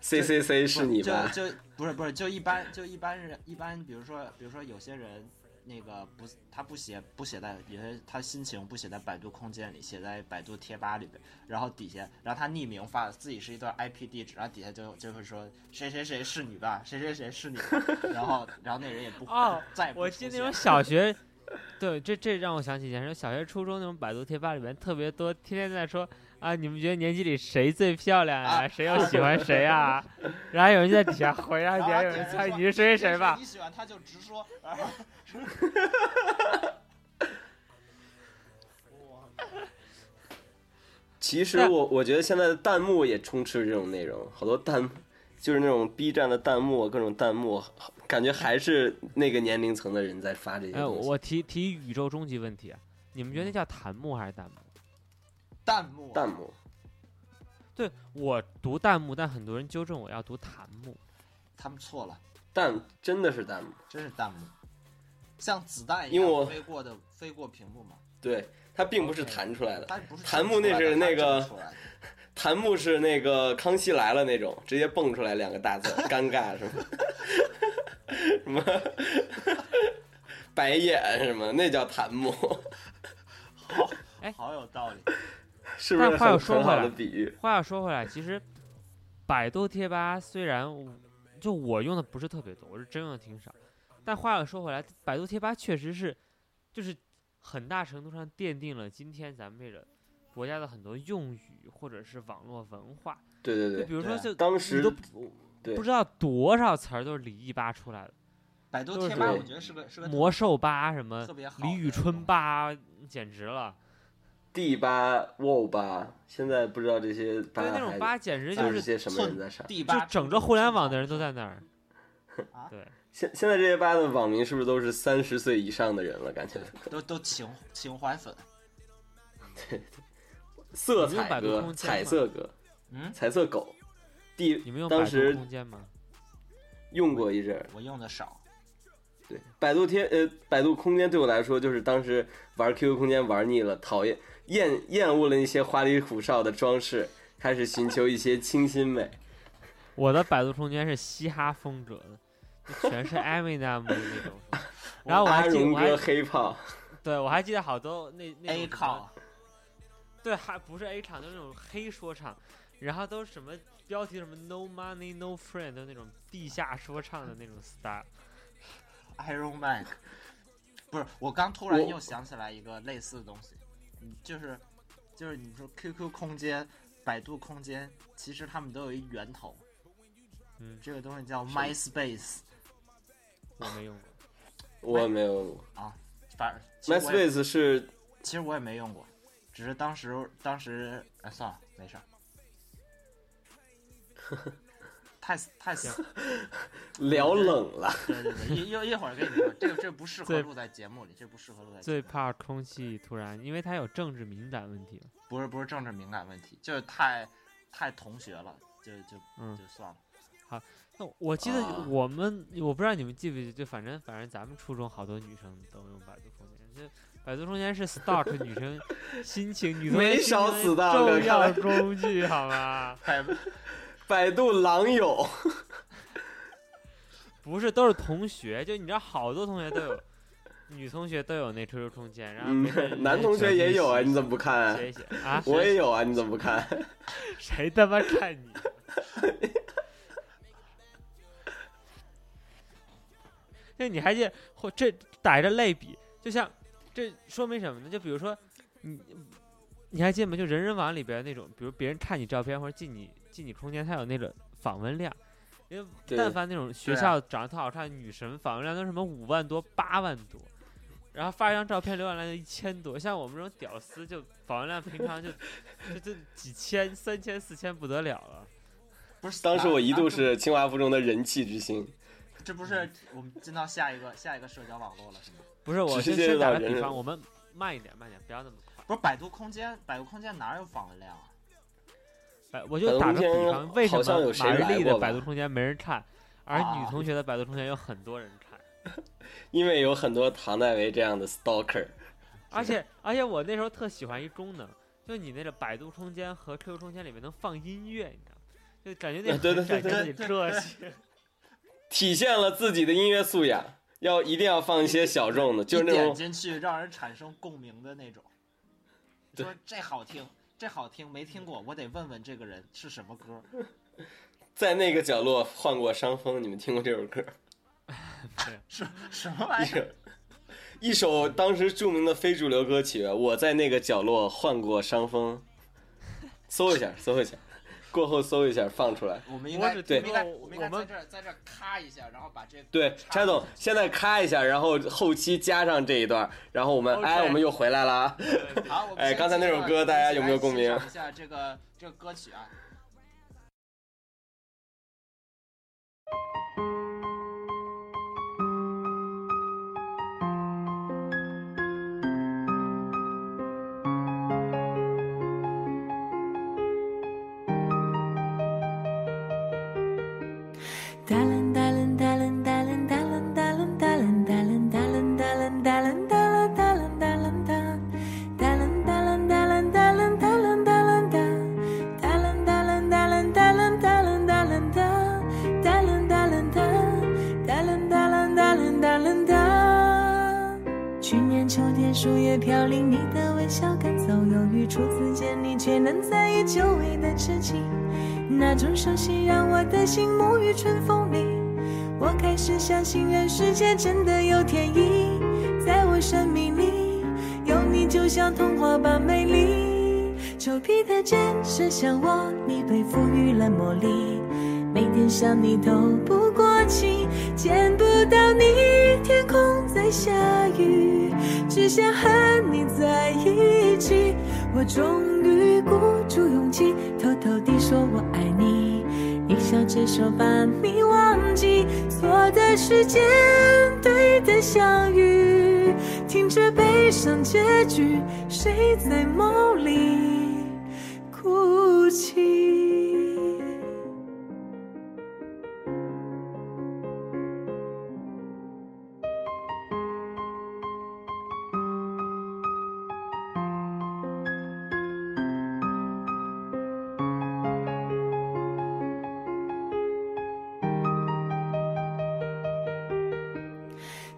S4: C C C
S3: 不
S4: 是你吧？
S3: 就就不是不是，就一般就一般人一般，比如说比如说有些人那个不他不写不写在，比如说他心情不写在百度空间里，写在百度贴吧里边，然后底下然后他匿名发自己是一段 IP 地址，然后底下就就会说谁谁谁是你吧，谁谁谁是你吧， 然后然后那人也不
S2: 哦
S3: 再也不
S2: 我
S3: 出
S2: 记得那
S3: 现
S2: 种小学，对，这这让我想起以前说小学、初中那种百度贴吧里面特别多，天天在说啊，你们觉得年级里谁最漂亮呀、
S3: 啊
S2: 谁又喜欢谁啊？然后有人在底下回，然后底下
S3: 然后
S2: 有
S3: 底
S2: 人
S3: 下
S2: 猜
S3: 说
S2: 你是谁谁
S3: 谁
S2: 谁吧
S3: 你？喜欢他就直说，然后
S4: 其实
S2: 那
S4: 我我觉得现在的弹幕也充斥这种内容，好多弹幕就是那种 B 站的弹幕，啊各种弹幕，感觉还是那个年龄层的人在发这些
S2: 哎，
S4: 东西。
S2: 我提提宇宙终极问题啊，你们觉得那叫弹幕还是弹幕？
S3: 弹幕
S4: 弹幕
S2: 对我读弹幕，但很多人纠正我要读弹幕。
S3: 他们错了，
S4: 弹真的是弹幕，
S3: 真是弹幕，像子弹一
S4: 因为我
S3: 样飞过的飞过屏幕嘛。
S4: 对，它并不是弹出来的，
S3: 它不是
S4: 弹幕那是那个 弹幕是那个《康熙来了》那种，直接蹦出来两个大字儿，尴尬什么 什么白眼什么，那叫弹幕，
S3: 好
S2: 哎，
S3: 好有道理。
S4: 是不是
S2: 但话又
S4: 很
S2: 说
S4: 很
S2: 回
S4: 好
S2: 来
S4: 的比喻？
S2: 话要说回来，其实百度贴吧虽然我就我用的不是特别多，我是真用的挺少，但话又说回来，百度贴吧确实是就是很大程度上奠定了今天咱们这个国家的很多用语或者是网络文化。
S4: 对对
S2: 就
S4: 对
S2: 比，如说
S3: 对
S2: 就
S4: 当
S2: 你
S4: 时
S2: 都不
S4: 对
S2: 不知道多少词儿都是李毅吧出来的，
S3: 百度
S2: 都
S3: 贴
S2: 是
S3: 吧，
S4: 对
S3: 我觉得是个是个
S2: 魔兽吧什么
S3: 特别好的
S2: 李宇春吧，简直了。
S4: D 八、WO 八，现在不知道这些八
S2: 对，那种吧简直就
S4: 都
S2: 是
S4: 是些什么人
S3: 寸
S4: 在上。
S3: 第
S2: 就
S3: 八，
S2: 整个互联网的人都在那儿
S3: 啊。
S2: 对，
S4: 现现在这些吧的网民是不是都是三十岁以上的人了？感觉
S3: 都都情情怀粉。
S4: 色
S2: 你用百度空间
S4: 彩哥、彩
S2: 吗
S4: 色哥、
S3: 嗯，
S4: 彩色狗，D
S2: 你们用百
S4: 当
S2: 度
S4: 时
S2: 空间吗？
S4: 用过一阵儿。
S3: 我用的少，
S4: 对，百度贴呃，百度空间对我来说就是当时玩 QQ 空间玩腻了，讨厌厌厌恶了一些花里胡哨的装饰，开始寻求一些清新美。
S2: 我的百度空间是嘻哈风格的，就全是 Eminem 的那种。然后我
S4: 阿
S2: 还记，
S4: 荣
S2: 我还
S4: 哥黑炮，
S2: 对我还记得好多那那种
S3: A
S2: 什么
S3: 靠，
S2: 对，还不是 A 场，就是那种黑说唱，然后都是什么标题什么 No Money No Friend 的那种地下说唱的那种 style。
S3: Iron Mike，不是，我刚突然
S4: 我
S3: 又想起来一个类似的东西，嗯就是就是你说 QQ 空间、百度空间，其实他们都有一源头，
S2: 嗯，
S3: 这个东西叫 MySpace
S2: 我没用过。
S4: 我没有
S3: 啊，反正其实我也
S4: ，MySpace 是
S3: 其实我也没用过，只是当时当时哎算了，没事儿。太太死，
S4: 聊冷了，
S3: 对对对，一一一会儿跟你说，这个这不适合
S2: 最
S3: 录在节目里，这不适合录在节
S2: 最
S3: 目里，
S2: 怕空气突然，因为它有政治敏感问题嘛。
S3: 不是不是政治敏感问题，就是太太同学了，就就
S2: 嗯
S3: 就算了。
S2: 那我记得
S4: 啊
S2: 我们，我不知道你们记不记，就反正反正咱们初中好多女生都用百度空间，就百度空间是 start 女 生心情，女同学
S4: 没
S2: 心情
S4: 少
S2: 的
S4: 死到
S2: 重
S4: 可看
S2: 要
S4: 来
S2: 工具，好吗？
S3: 百
S4: 百度狼友，
S2: 不是，都是同学，就你知道，好多同学都有，女同学都有那 QQ 空间，然后没事
S4: 嗯，男同学也有啊，你怎么不看啊？
S2: 写一写啊？
S4: 我也有啊，你怎么不看？
S2: 谁他妈看你？就你还记得，或这打一个类比，就像这说明什么呢？就比如说，你你还记得吗？就人人网里边那种，比如别人看你照片或者进你进你空间，它有那个访问量。因为
S4: 对
S2: 但凡那种学
S3: 对啊
S2: 校长得特好看的女神，访问量都什么五万多、八万多，然后发一张照片浏览量就一千多。像我们这种屌丝，就访问量平常 就就就几千、三千、四千不得了了。
S3: 不是，
S4: 当时我一
S3: 啊
S4: 度
S3: 这
S4: 是清华附中的人气之星，
S3: 这不是我们进到下一个下一个社交网络了，是吗？
S2: 不是，我
S4: 直
S2: 先
S4: 接
S2: 先
S4: 到
S2: 打个
S4: 人
S2: 比
S4: 人
S2: 方，我们慢一点，慢一点，不要那么快。
S3: 不是百度空间，百度空间哪有访问量啊？
S2: 哎，我就打个
S4: 百度空
S2: 比
S4: 间
S2: 方，为什
S4: 好像
S2: 么
S4: 有谁
S2: 马日
S4: 来
S2: 丽的
S4: 过吧
S2: 百度空间没人看，而
S3: 啊
S2: 女同学的百度空间有很多人看？
S4: 因为有很多唐代维这样的 stalker。
S2: 而且 而且我那时候特喜欢一功能，就你那个百度空间和 QQ 空间里面能放音乐，你知道吗？就感觉那
S4: 啊对对
S2: 很展现
S4: 对
S2: 自
S3: 对
S2: 己
S3: 对
S2: 这些。
S4: 体现了自己的音乐素养，要一定要放一些小众的，就是
S3: 一
S4: 那
S3: 点
S4: 种
S3: 进去让人产生共鸣的那种。
S4: 对
S3: 说这好听，这好听没听过，我得问问这个人是什么歌。
S4: 在那个角落患过伤风。你们听过这首歌？
S3: 什什么玩
S4: 一
S3: 意
S4: 首
S3: 儿？
S4: 一首当时著名的非主流歌曲《我在那个角落患过伤风》，搜一下，搜一下，过后搜一下放出来。
S3: 我们应
S2: 我
S3: 该
S2: 只
S4: 对
S3: 我们应该
S2: 听过
S3: 我们应该
S2: 我
S3: 在
S2: 们
S3: 这儿在这儿咔一下，然后把这
S4: 对，
S3: 插
S4: 柴
S3: 进
S4: 总
S3: 去，
S4: 现在咔一下，然后后期加上这一段，然后我们
S2: OK
S4: 哎，我们又回来了啊！
S3: 好，我们
S4: 哎
S3: 先
S4: 刚才那
S3: 欣
S4: 首
S3: 赏
S4: 歌大家有没有共？
S3: 一起来
S4: 鸣
S3: 欣赏一下这个这个歌曲啊，
S1: Dalen, dalen, dalen, dalen, dalen, dalen, dalen, dalen, dalen, dalen, dalen, dalen, dalen, dalen, dalen. Dalen, dalen, dalen, dalen, dalen, dalen, dalen. Dalen, dalen, dalen, dalen, dalen, dalen, dalen. Dalen, dalen, dalen, dalen, dalen, dalen, dalen, dalen. 去年秋天，树叶飘零，你的微笑赶走忧郁。初次见你，却能在意久违的痴情，那种熟悉让我的心沐浴春风里。我开始相信，人世间真的有天意，在我生命里，有你就像童话般美丽。丘比特箭射向我，你被赋予了魔力。每天想你透不过气，见不到你，天空在下雨，只想和你在一起。我终于鼓足勇气，偷偷地说我爱你。你笑着说把你忘记，错的时间，对的相遇，听着悲伤结局，谁在梦里哭泣？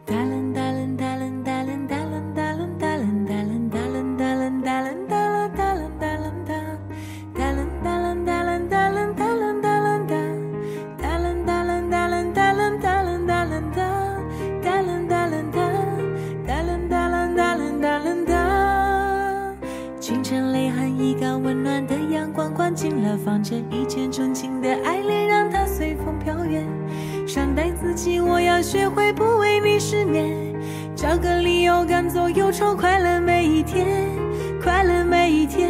S1: Dalen, dalen, dalen, dalen, dalen, dalen, dalen, dalen, dalen, dalen, dalen, dalen, dalen, dalen, dalen. Dalen, dalen, dalen, dalen, dalen, dalen, dalen. Dalen, dalen, dalen, dalen, dalen, dalen, dalen. Dalen, dalen, dalen, dalen, dalen, dalen, dalen, dalen. 清晨泪含一缸温暖的阳光，灌进了房间，一见钟情的爱恋让它随风飘远。善待自己，我要学会不为你失眠，找个理由赶走忧愁，快乐每一天，快乐每一天，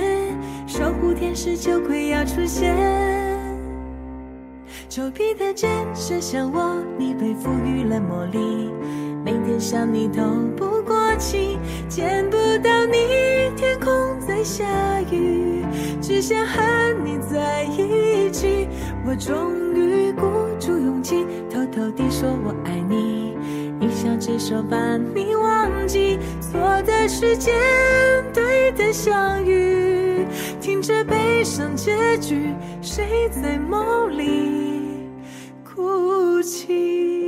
S1: 守护天使就快要出现。丘比特箭射向我，你被赋予了魔力。每天想你透不过气，见不到你，天空在下雨，只想和你在一起。我终于鼓足勇气，偷偷地说我爱你。你笑着说把你忘记，错的时间，对的相遇，听着悲伤结局，谁在梦里哭泣？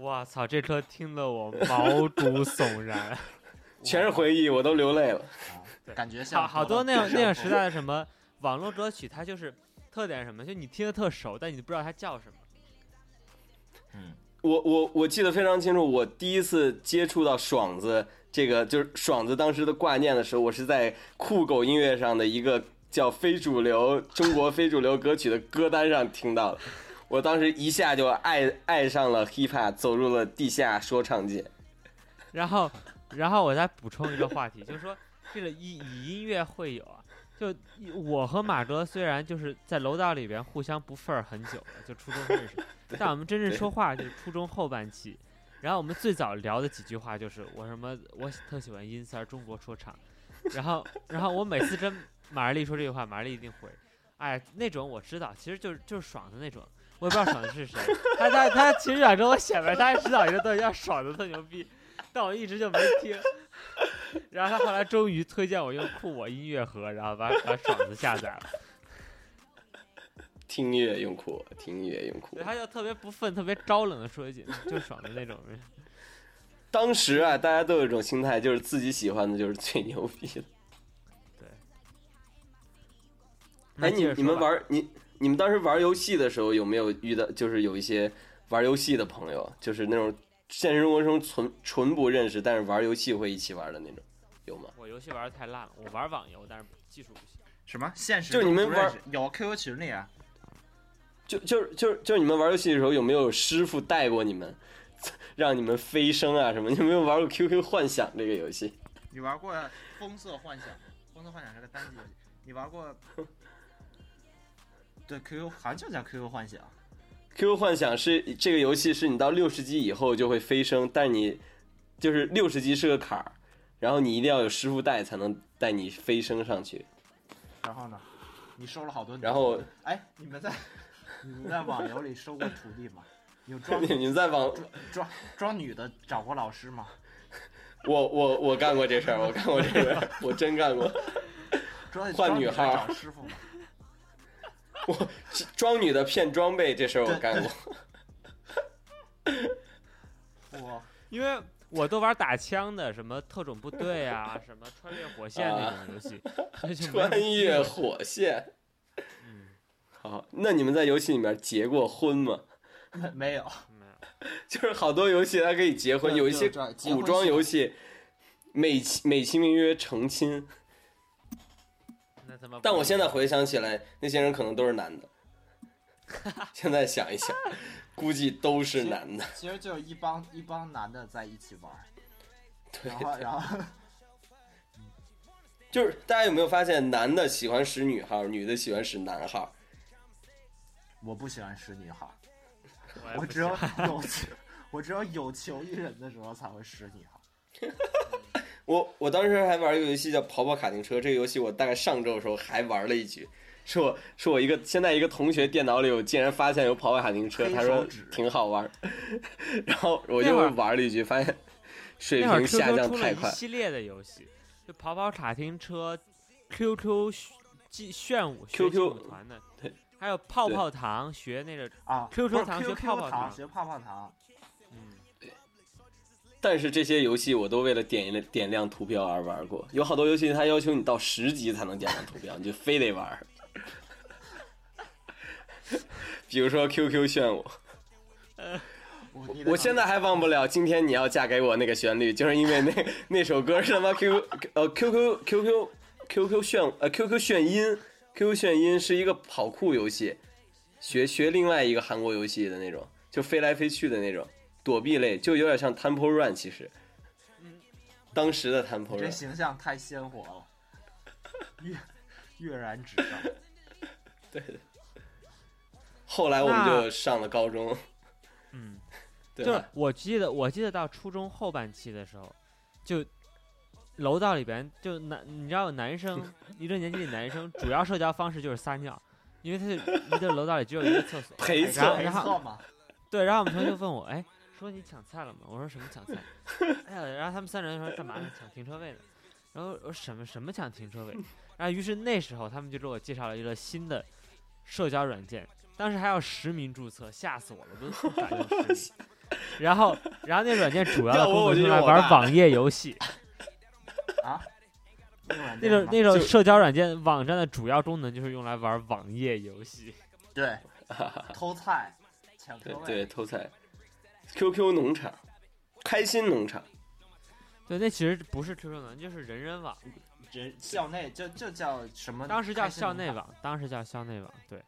S2: 哇操，这歌听得我毛骨悚然。
S4: 全是回忆，我都流泪了。
S2: 对
S3: 感觉
S2: 好
S3: 像
S2: 好
S3: 得
S2: 多
S3: 了
S2: 那种
S3: 精
S2: 那种
S3: 神病
S2: 时代的什么网络歌曲，它就是特点是什么，就你听得特熟，但你不知道它叫什么。
S3: 嗯，
S4: 我我我记得非常清楚，我第一次接触到爽子这个，就是爽子当时的挂念的时候，我是在酷狗音乐上的一个叫非主流中国非主流歌曲的歌单上听到的。我当时一下就爱爱上了 hiphop，走入了地下说唱界。
S2: 然后，然后我再补充一个话题，就是说这个以以音乐会友啊，就一我和马哥虽然就是在楼道里边互相不忿儿很久了，就初中认识，但我们真正说话就是初中后半期。然后我们最早聊的几句话就是我什么我特喜欢音三儿中国说唱，然后然后我每次跟马尔丽说这句话，马尔丽一定回，哎那种我知道，其实就是就是爽的那种，我也不知道爽的是谁， 他他他其实想跟我显摆，他也知道一个东西叫爽的特牛逼，但我一直就没听。 然后他后来终于推荐我用酷我音乐盒，然后把把爽子下载了。
S4: 听音乐用酷，听音乐用酷
S2: 对，。他就特别不忿、特别高冷的说一句，就爽的那种 人。
S4: 哎当时啊，大家都有一种心态，就是自己喜欢的就是最牛逼的。
S2: 那
S4: 哎，
S2: 接
S4: 你
S2: 着
S4: 你
S2: 说
S4: 们
S2: 吧
S4: 玩儿你你们当时玩游戏的时候有没有遇到，就是有一些玩游戏的朋友，就是那种现实生活中纯纯不认识，但是玩游戏会一起玩的那种，有吗？
S2: 我游戏玩的太烂了，我玩网游，但是技术不行。
S3: 什么现实
S4: 就是你
S3: 中
S4: 们
S3: 不
S4: 玩
S3: 认识有 QQ 群里啊，
S4: 就就是就是就是你们玩游戏的时候有没有师傅带过你们，让你们飞升啊什么？你们有没有玩过 QQ 幻想这个游戏？
S3: 你玩过《风色幻想》吗？《风色幻想》是个单机游戏，你玩过？对，QQ 好像就叫 QQ 幻想，
S4: QQ 幻想是这个游戏，是你到六十级以后就会飞升，但你就是六十级是个坎儿，然后你一定要有师傅带才能带你飞升上去。
S3: 然后呢，你收了好多女的，
S4: 然后
S3: 哎，你们在你们在网游里收过徒弟吗？有装
S4: 你们在网，
S3: 装装女的找过老师吗？
S4: 我我我干过这事儿，我干过这事儿，我真 干过。
S3: 装
S4: 换
S3: 装
S4: 女
S3: 的
S4: 号
S3: 找师傅吗？
S4: 装女的骗装备这事儿我干过。
S3: 我
S2: 因为我都玩打枪的，什么特种部队啊，什么穿越火线那种游戏，所以就没有
S4: 穿越火线。
S2: 嗯
S4: 好，那你们在游戏里面结过婚吗？
S3: 没 没有，
S2: 没有
S4: 就是好多游戏它可以结婚，
S3: 对
S4: 有一些
S3: 对对结婚
S4: 古装游戏，美其美其名曰成亲。
S2: 那他妈不
S4: 但我
S2: 能
S4: 现在
S2: 玩
S4: 回想起来，那些人可能都是男的。现在想一想，估计都是男的。
S3: 其实就是一帮一帮男的在一起玩儿，
S4: 对
S3: 然，后 然后
S4: 就是大家有没有发现，男的喜欢使女号，女的喜欢使男号？
S3: 我不喜欢使女孩儿，
S2: 我也哎
S3: 我
S2: 不
S3: 只有
S2: 行
S3: 有求，我只有有求于人的时候才会使女孩儿。
S4: 我我当时还玩一个游戏叫《跑跑卡丁车》，这个游戏我大概上周的时候还玩了一局，是我是我一个现在一个同学电脑里我竟然发现有跑跑卡丁车，
S3: 黑手
S4: 他说
S3: 指
S4: 挺好玩儿， 然后我就
S2: 那会儿
S4: 玩了一局，发现水
S2: 那会儿
S4: 平下
S2: QQ
S4: 降
S2: 出了
S4: 太
S2: 一
S4: 快。
S2: 系列的游戏，就跑跑卡丁车、QQ 炫炫舞、学
S4: QQ
S2: 劲舞团的
S4: 对，
S2: 还有泡泡糖学那个，
S3: 啊
S2: QQ
S3: 不是
S2: 糖学
S3: QQ
S2: 泡泡糖
S3: 糖学泡泡糖，
S2: 嗯，
S4: 但是这些游戏我都为了点亮点亮图标而玩过，有好多游戏它要求你到十级才能点亮图标，你就非得玩儿。比如说 QQ 炫舞，
S3: 我
S4: 我现在还忘不了今天你要嫁给我那个旋律，就是因为那那首歌是他妈 Q 呃 QQ QQ QQ 炫呃 QQ 炫音 QQ 炫音是一个跑酷游戏，学学另外一个韩国游戏的那种，就飞来飞去的那种躲避类，就有点像 Temple Run 其实
S2: 嗯，
S4: 当时的 Temple
S3: 这
S4: Run
S3: 形象太鲜活了，跃跃然纸 上。
S4: 对的。后来我们
S2: 那
S4: 就上了高中，
S2: 嗯，
S4: 对啊
S2: 就是
S4: 吧？，
S2: 我记得，我记得到初中后半期的时候，就楼道里边就男，你知道男生一个年纪的男生主要社交方式就是撒尿，因为他就一个楼道里只有一个厕所
S4: 陪
S2: 然后
S4: 测
S3: 没
S2: 然后
S3: 错嘛，
S2: 对，然后我们同学就问我，哎，说你抢菜了吗？我说什么抢菜？哎呀，然后他们三人说干嘛呢？抢停车位呢？然后我说什么什么抢停车位？然后于是那时候他们就给我介绍了一个新的社交软件，当时还要实名注册，吓死我了，我都不敢用实名。然后然后那软件主要的
S4: 要我
S2: 功
S4: 我
S2: 能
S4: 就
S2: 用来
S4: 用我
S2: 玩
S4: 爸
S2: 网页游戏，
S3: 啊？那
S2: 那种那种
S4: 就
S2: 社交软件网站的主要功能就是用来玩网页游戏。
S3: 对，偷菜，抢
S4: 对
S3: 车位，
S4: 对，偷菜，QQ 农场，开心农场，
S2: 对，那其实不是 QQ 能，就是人人网，
S3: 人校内就就叫什么？
S2: 当时叫
S3: 开心
S2: 校
S3: 农
S2: 内
S3: 场，
S2: 网，当时叫校内网。对，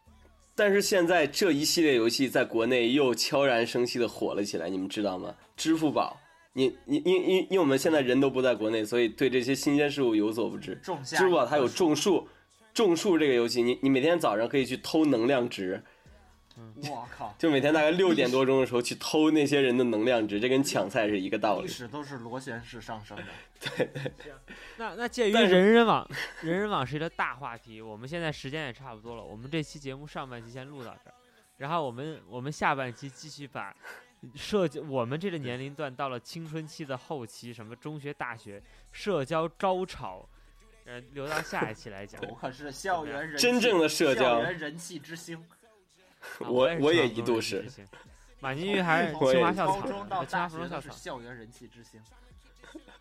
S4: 但是现在这一系列游戏在国内又悄然生息的火了起来，你们知道吗？支付宝，你你因因因为我们现在人都不在国内，所以对这些新鲜事物有所不知。
S3: 种下
S4: 支付宝它有
S3: 嗯
S4: 种树，种树这个游戏，你你每天早上可以去偷能量值，
S3: 我靠，
S4: 就每天大概六点多钟的时候去偷那些人的能量值，这跟抢菜是一个道
S3: 历
S4: 理。
S3: 史都是螺旋式上升的。
S2: 那那鉴于
S4: 但是
S2: 人人网，人人网是一个大话题，我们现在时间也差不多了，我们这期节目上半期先录到这儿，然后我们我们下半期继续把社交我们这个年龄段到了青春期的后期，什么中学、大学社交高潮，呃，留到下一期来讲。
S3: 我可是校园人
S4: 真
S3: 气
S4: 正的社交
S3: 校园人气之 星，
S2: 啊
S4: 我我
S2: 也
S4: 也
S2: 是
S4: 一
S2: 上
S4: 度
S2: 中
S4: 是
S2: 学之星。马金玉还是
S4: 我
S2: 清
S4: 也
S2: 华
S4: 是
S2: 校
S3: 高
S2: 草
S3: 中
S2: 呢，
S3: 到
S2: 清华
S3: 大
S2: 附
S3: 学
S2: 中校
S3: 都是
S2: 草。
S3: 校园人气之星。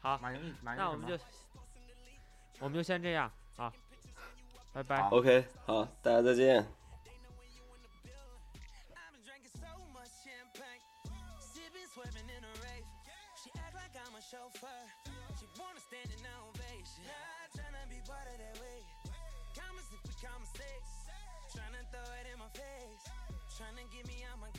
S2: 好
S3: 马云，马云
S2: 那
S3: 什
S2: 我们
S3: 么
S2: 就，我们就先这样啊，拜拜。
S3: 好
S4: OK，好，大家再见。
S5: I've been drinking so much champagne. Sipping, swerving in a rave. She act like I'm a chauffeur. She wanna stand in ovation. Not tryna be part of that wave. Comments if we conversate. Tryna throw it in my face. Tryna get me out my